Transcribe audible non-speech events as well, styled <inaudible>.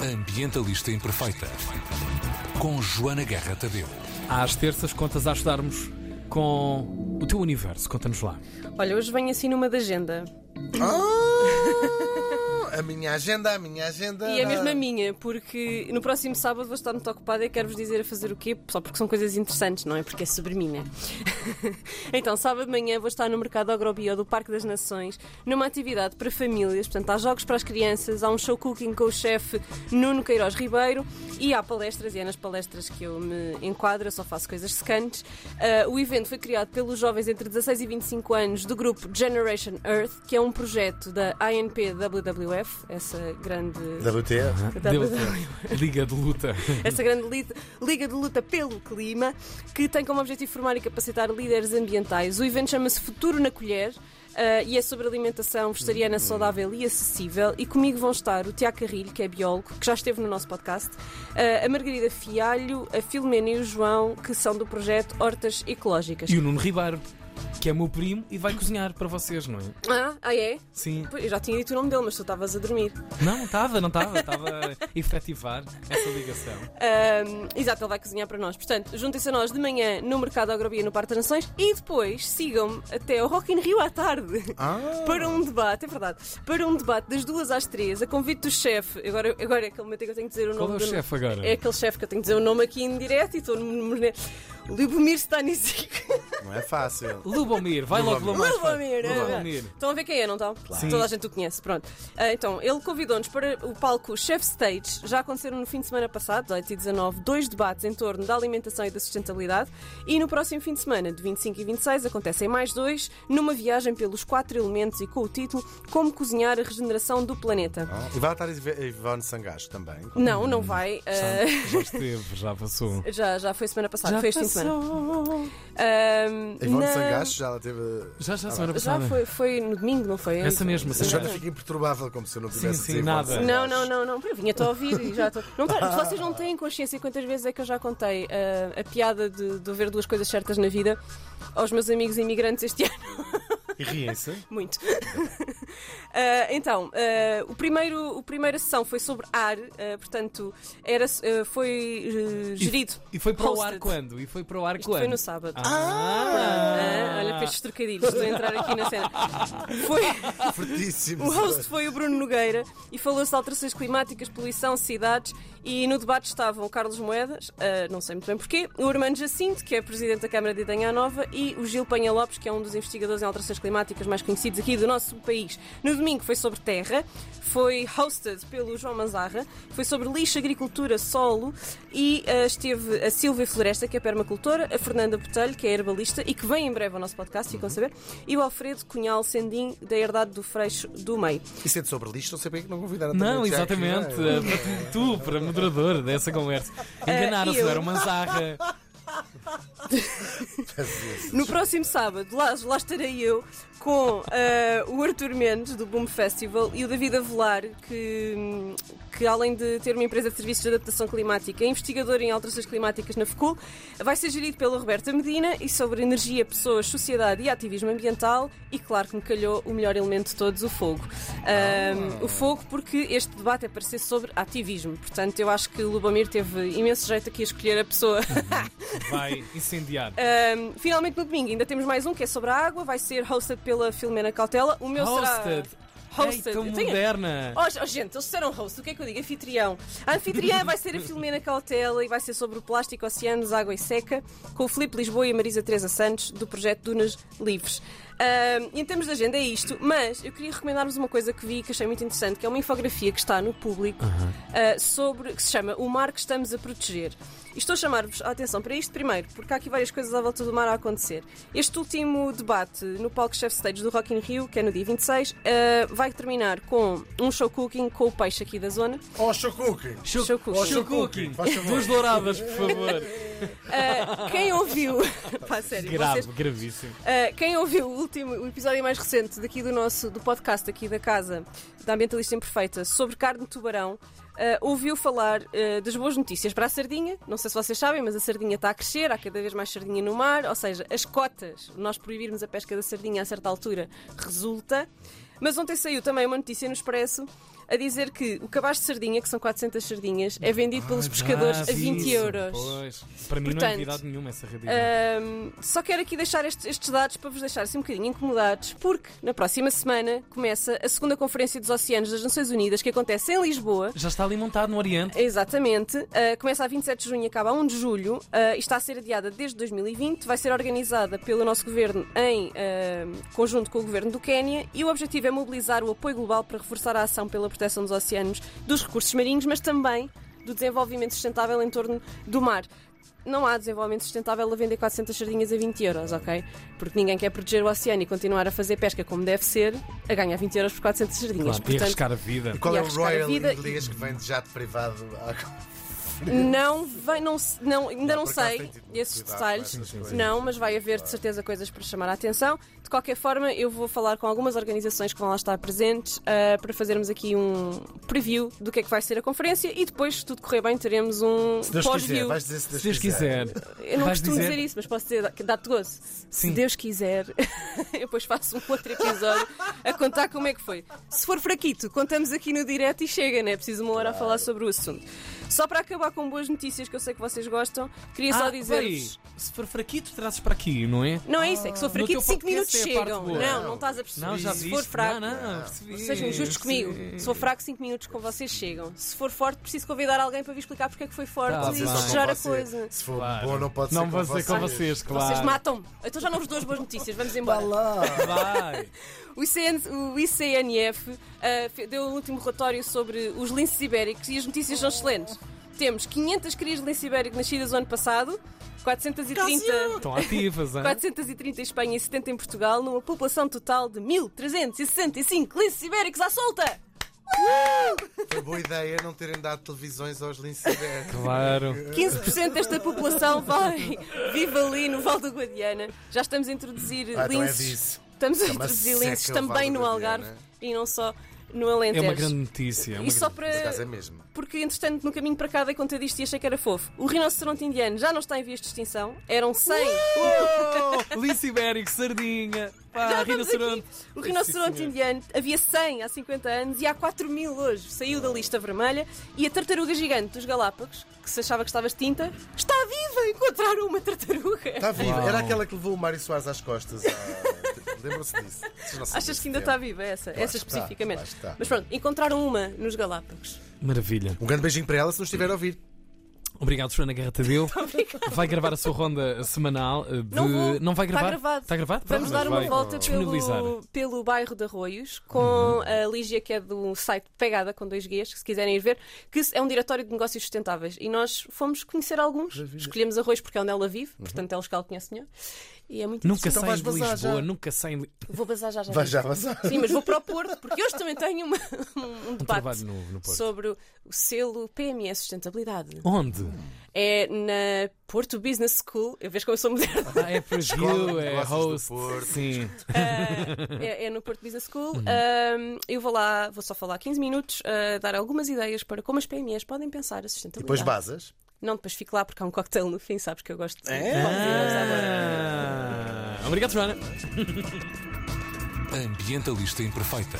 Ambientalista Imperfeita. Com Joana Guerra Tadeu. Às terças contas a ajudarmos com o teu universo. Conta-nos lá. Olha, hoje venho assim numa da agenda. Ah, A minha agenda, a minha agenda. E é mesmo a minha, porque no próximo sábado vou estar muito ocupada e quero-vos dizer a fazer o quê, só porque são coisas interessantes, não é? Porque é sobre mim, né? <laughs> então, sábado de manhã vou estar no mercado agrobio do Parque das Nações, numa atividade para famílias, portanto, há jogos para as crianças, há um show cooking com o chefe Nuno Queiroz Ribeiro e há palestras, e é nas palestras que eu me enquadro, eu só faço coisas secantes. Ah, o evento foi criado pelos jovens entre 16 e 25 anos do grupo Generation Earth, que é um projeto da ANP WWF, essa grande. WTF. Deu- Liga de luta. essa grande li- liga de luta pelo clima, que tem como objetivo formar e capacitar líderes ambientais. O evento chama-se Futuro na Colher. ah, e é sobre alimentação Hum. vegetariana saudável e acessível. E comigo vão estar o Tiago Carrilho, que é biólogo, que já esteve no nosso podcast, ah, a Margarida Fialho, a Filomena e o João, que são do projeto Hortas Ecológicas. E o Nuno Ribeiro, que é meu primo e vai cozinhar para vocês, não é? Ah, ah, é? Sim. Pois, Eu já tinha dito o nome dele, mas tu estavas a dormir. Não, estava, não estava. Estava a efetivar essa ligação. Ahm, exato, ele vai cozinhar para nós. Portanto, juntem-se a nós de manhã no Mercado Agrobia no Parque das Nações e depois sigam-me até ao Rock in Rio à tarde <laughs> Ah. para um debate, é verdade, para um debate das duas às três, a convite do chefe. Agora, agora é aquele momento em que eu tenho que dizer o Qual nome é o do- chefe agora? É aquele chefe que eu tenho que dizer o nome aqui em direto e estou no. no- no- Lubomir Stanisic. Não <laughs> é fácil. Lubomir, vai logo Lubomir. Lubomir, é Lubomir. verdade. Estão a ver quem é, não estão? Sim. Toda a gente o conhece, pronto. Ah, então, ele convidou-nos para o palco Chef Stage. Já aconteceram no fim de semana passado, 18 e 19, dois debates em torno da alimentação e da sustentabilidade. E no próximo fim de semana, de 25 e 26, acontecem mais dois, numa viagem pelos quatro elementos e com o título Como Cozinhar a Regeneração do Planeta. Ah, E vai estar Iv- Ivone Sangacho também. Não, não vai. ah, Já esteve, já passou. já, já foi semana passada, Já foi este fim de semana. Ah, Ivone na- Sangacho já lá teve. Ah, Já, já, semana Já passada. foi, foi no domingo, não foi? Essa mesma, A essa Joana semana. fica imperturbável como se eu não Sim, tivesse sim, Ivone nada. Sangacho. Não, não, não, não. Eu vinha-te a ouvir e já estou. Não tá- vocês não têm consciência quantas vezes é que eu já contei ah, a piada de, de ver duas coisas certas na vida aos meus amigos imigrantes este <laughs> ano. <laughs> E riem-se. Muito. <laughs> Ah, então, ah, o primeiro, o primeira sessão foi sobre ar, ah, portanto, era, ah, foi ah, gerido. E foi para o ar Hosted. quando? E foi para o ar Isto quando? foi no sábado. Ah, Ah! olha, para estes trocadilhos, estou a entrar aqui na cena. Foi. Fortíssimo. O host foi o Bruno Nogueira e falou-se de alterações climáticas, poluição, cidades e no debate estavam o Carlos Moedas, ah, não sei muito bem porquê, o Armando Jacinto, que é presidente da Câmara de Idanha Nova, e o Gil Penha Lopes, que é um dos investigadores em alterações climáticas mais conhecidos aqui do nosso país. No domingo foi sobre terra, foi hosted pelo João Manzarra, foi sobre lixo, agricultura, solo e ah, esteve a Silvia Floresta, que é permacultora, a Fernanda Botelho, que é herbalista e que vem em breve ao nosso podcast, ficam a saber, e o Alfredo Cunhal Sendim, da Herdade do Freixo do Meio. Isso é de sobre lixo, não sei bem que não convidaram Não, também o é? Tiago exatamente. É, Eh, Ribeiro. Para tu, tu, para moderador dessa conversa. Enganaram-se, Ah, eu- não era uma <laughs> zarra. No próximo sábado, lá, lá estarei eu com eh, o Arthur Mendes, do Boom Festival, e o David Avelar, que, hum, que além de ter uma empresa de serviços de adaptação climática, é investigador em alterações climáticas na FECUL, vai ser gerido pela Roberta Medina e sobre energia, pessoas, sociedade e ativismo ambiental. E claro que me calhou o melhor elemento de todos, o fogo. Ahm, O fogo, porque este debate é para ser sobre ativismo. Portanto, eu acho que o Lubomir teve imenso jeito aqui a escolher a pessoa. <laughs> Vai incendiar. Um, finalmente no domingo ainda temos mais um que é sobre a água, vai ser hosted pela Filomena Cautela. O meu Hosted. será hosted. Ei, tão Eu tenho- moderna. Oh, ge- oh, gente, eles disseram host, o que é que eu digo? Anfitrião. A anfitriã vai ser a Filomena Cautela e vai ser sobre o plástico, oceanos, água e seca, com o Filipe Lisboa e a Marisa Teresa Santos, do projeto Dunas Livres. Ahm, em termos de agenda é isto, mas eu queria recomendar-vos uma coisa que vi que achei muito interessante, que é uma infografia que está no público ah, sobre que se chama O Mar que Estamos a Proteger. E estou a chamar-vos a atenção para isto primeiro, porque há aqui várias coisas à volta do mar a acontecer. Este último debate no palco Chef Stage do Rock in Rio, que é no dia 26, ah, vai terminar com um show cooking com o peixe aqui da zona. Oh, Chocuque! Show, show cooking. show cooking. Faz favor. oh, Duas douradas, por favor. Ah, quem ouviu. <laughs> Pá, sério, Grave, <laughs> vocês- gravíssimo. Uh, quem ouviu o último o episódio mais recente daqui do nosso do podcast aqui da casa da ambientalista imperfeita sobre carne de tubarão uh, ouviu falar uh, das boas notícias para a sardinha não sei se vocês sabem mas a sardinha está a crescer há cada vez mais sardinha no mar ou seja as cotas nós proibirmos a pesca da sardinha a certa altura resulta mas ontem saiu também uma notícia no Expresso a dizer que o cabaz de sardinha, que são 400 sardinhas, é vendido pelos pescadores a 20 euros. Ah, Pois. Para mim não é Portanto, ah, novidade nenhuma essa radinha. Ahm, só quero aqui deixar estes, estes dados para vos deixar assim um bocadinho incomodados, porque na próxima semana começa a segunda Conferência dos Oceanos das Nações Unidas, que acontece em Lisboa. Já está ali montado no Oriente. Exatamente. Uh, começa a 27 de junho e acaba a 1 de julho. Uh, e está a ser adiada desde 2020. Vai ser organizada pelo nosso governo em uh, conjunto com o governo do Quénia. E o objetivo é mobilizar o apoio global para reforçar a ação pela proteção dos oceanos, dos recursos marinhos, mas também do desenvolvimento sustentável em torno do mar. Não há desenvolvimento sustentável a vender 400 sardinhas a 20 euros, ok? Porque ninguém quer proteger o oceano e continuar a fazer pesca como deve ser, a ganhar 20 euros por 400 sardinhas. e arriscar a vida. E qual E é o arriscar a Royal vida inglês que vem de jato privado? à- Não, vai, não, se- não, ainda não, Não, por acaso tem sei tido esses cuidado é? detalhes. com essas coisas. Não, mas vai haver de certeza coisas para chamar a atenção. De qualquer forma, eu vou falar com algumas organizações que vão lá estar presentes ah, para fazermos aqui um preview do que é que vai ser a conferência e depois, se tudo correr bem, teremos um Se Deus quiser, pós-view. vais dizer se Deus, Se Deus quiser. Eu não Vais costumo dizer... dizer- isso, mas posso dizer, que dá-te gozo. Sim. Se Deus quiser, <laughs> eu depois faço um outro episódio a contar como é que foi. Se for fraquito, contamos aqui no direto e chega, não é preciso uma hora a falar sobre o assunto. Só para acabar com boas notícias que eu sei que vocês gostam, queria é só Ah, dizer-vos. peraí. Se for fraquito, trazes para aqui, não é? Não é isso, é que se for fraquito, teu 5 minutos podcast é a parte chegam. boa. Não, não estás a perceber. Não, já se vi. for fraco. Não, não, percebi. Sejam justos comigo. Sim. Se for fraco, 5 minutos com vocês chegam. Se for forte, preciso convidar alguém para vir explicar porque é que foi forte Tá e bem. sujar a coisa. Se for Claro. bom, não pode Não ser. vou ser com vocês, claro. Vocês matam-me. Então já não vos dou as boas notícias, vamos embora. Vai. O, ICN, o ICNF ah, fe- deu o último relatório sobre os linces ibéricos e as notícias são excelentes. Temos 500 crias de lince ibérico nascidas no ano passado, 430, Estão ativas, hein? 430 em Espanha e 70 em Portugal, numa população total de 1.365 linces ibéricos à solta! Foi boa ideia não terem dado televisões aos Linciber. Claro. 15% desta população vai, vive ali no Val do Guadiana. Já estamos a introduzir Ah, então é linces. disso. estamos a Está uma introduzir seca linces o Val também do no Algarve Guadiana. e não só no É Alentejo. uma grande notícia. é uma e só grande- Por acaso para, é mesmo. Porque, entretanto, no caminho para cá dei conta disto e achei que era fofo. O rinoceronte indiano já não está em vias de extinção. Eram 100. Oh, Lince ibérico, sardinha, pá, Ah, Já estamos rinoceronte. aqui. O rinoceronte Sim, senhor. indiano havia 100 há 50 anos e há 4 mil hoje. Saiu da lista vermelha. E a tartaruga gigante dos Galápagos, que se achava que estava extinta, está viva! Encontraram uma tartaruga! Está viva. Tá Era aquela que levou o Mário Soares às costas. à- Lembram-se disso? Vocês não sabem Achas desse que ainda tempo. está viva essa? Essa acho que está, especificamente. eu acho que tá. está. Mas pronto, encontraram uma nos Galápagos. Maravilha. Um grande beijinho para ela se nos estiver a ouvir. Obrigado, Joana Guerra Tadeu. Vai gravar a sua ronda semanal eh, de. Não vai vou. Está gravar? gravado. Está gravado? Vamos Pronto, dar uma vai. volta disponibilizar. Uhum. pelo, pelo bairro de Arroios com a Lígia, que é do site Pegada com dois guias, que se quiserem ir ver, que é um diretório de negócios sustentáveis. E nós fomos conhecer alguns. Escolhemos Arroios porque é onde ela vive, portanto é um local que conhece melhor. E é muito Uhum. Nunca interessante. saem vais de bazar Lisboa, já. nunca saem. de- Vou bazar já já. Vai já avançar. Sim, mas vou para o Porto, porque hoje também tenho uma- <laughs> um, debate trabalho no- no Porto. Oh. sobre o selo PME Sustentabilidade. Onde? É na Porto Business School. Eu vejo como eu sou moderna. Ah, é Escola preview, de é Negócios do host. Porto. Sim. É, é no Porto Business School. Uhum. Ahm, eu vou lá, vou só falar 15 minutos, ah, dar algumas ideias para como as PMEs podem pensar a E sustentabilidade. depois basas. Não, depois fico lá porque há um cocktail no fim, sabes que eu gosto de. É? Ah, obrigado, Joana. Ambientalista Imperfeita.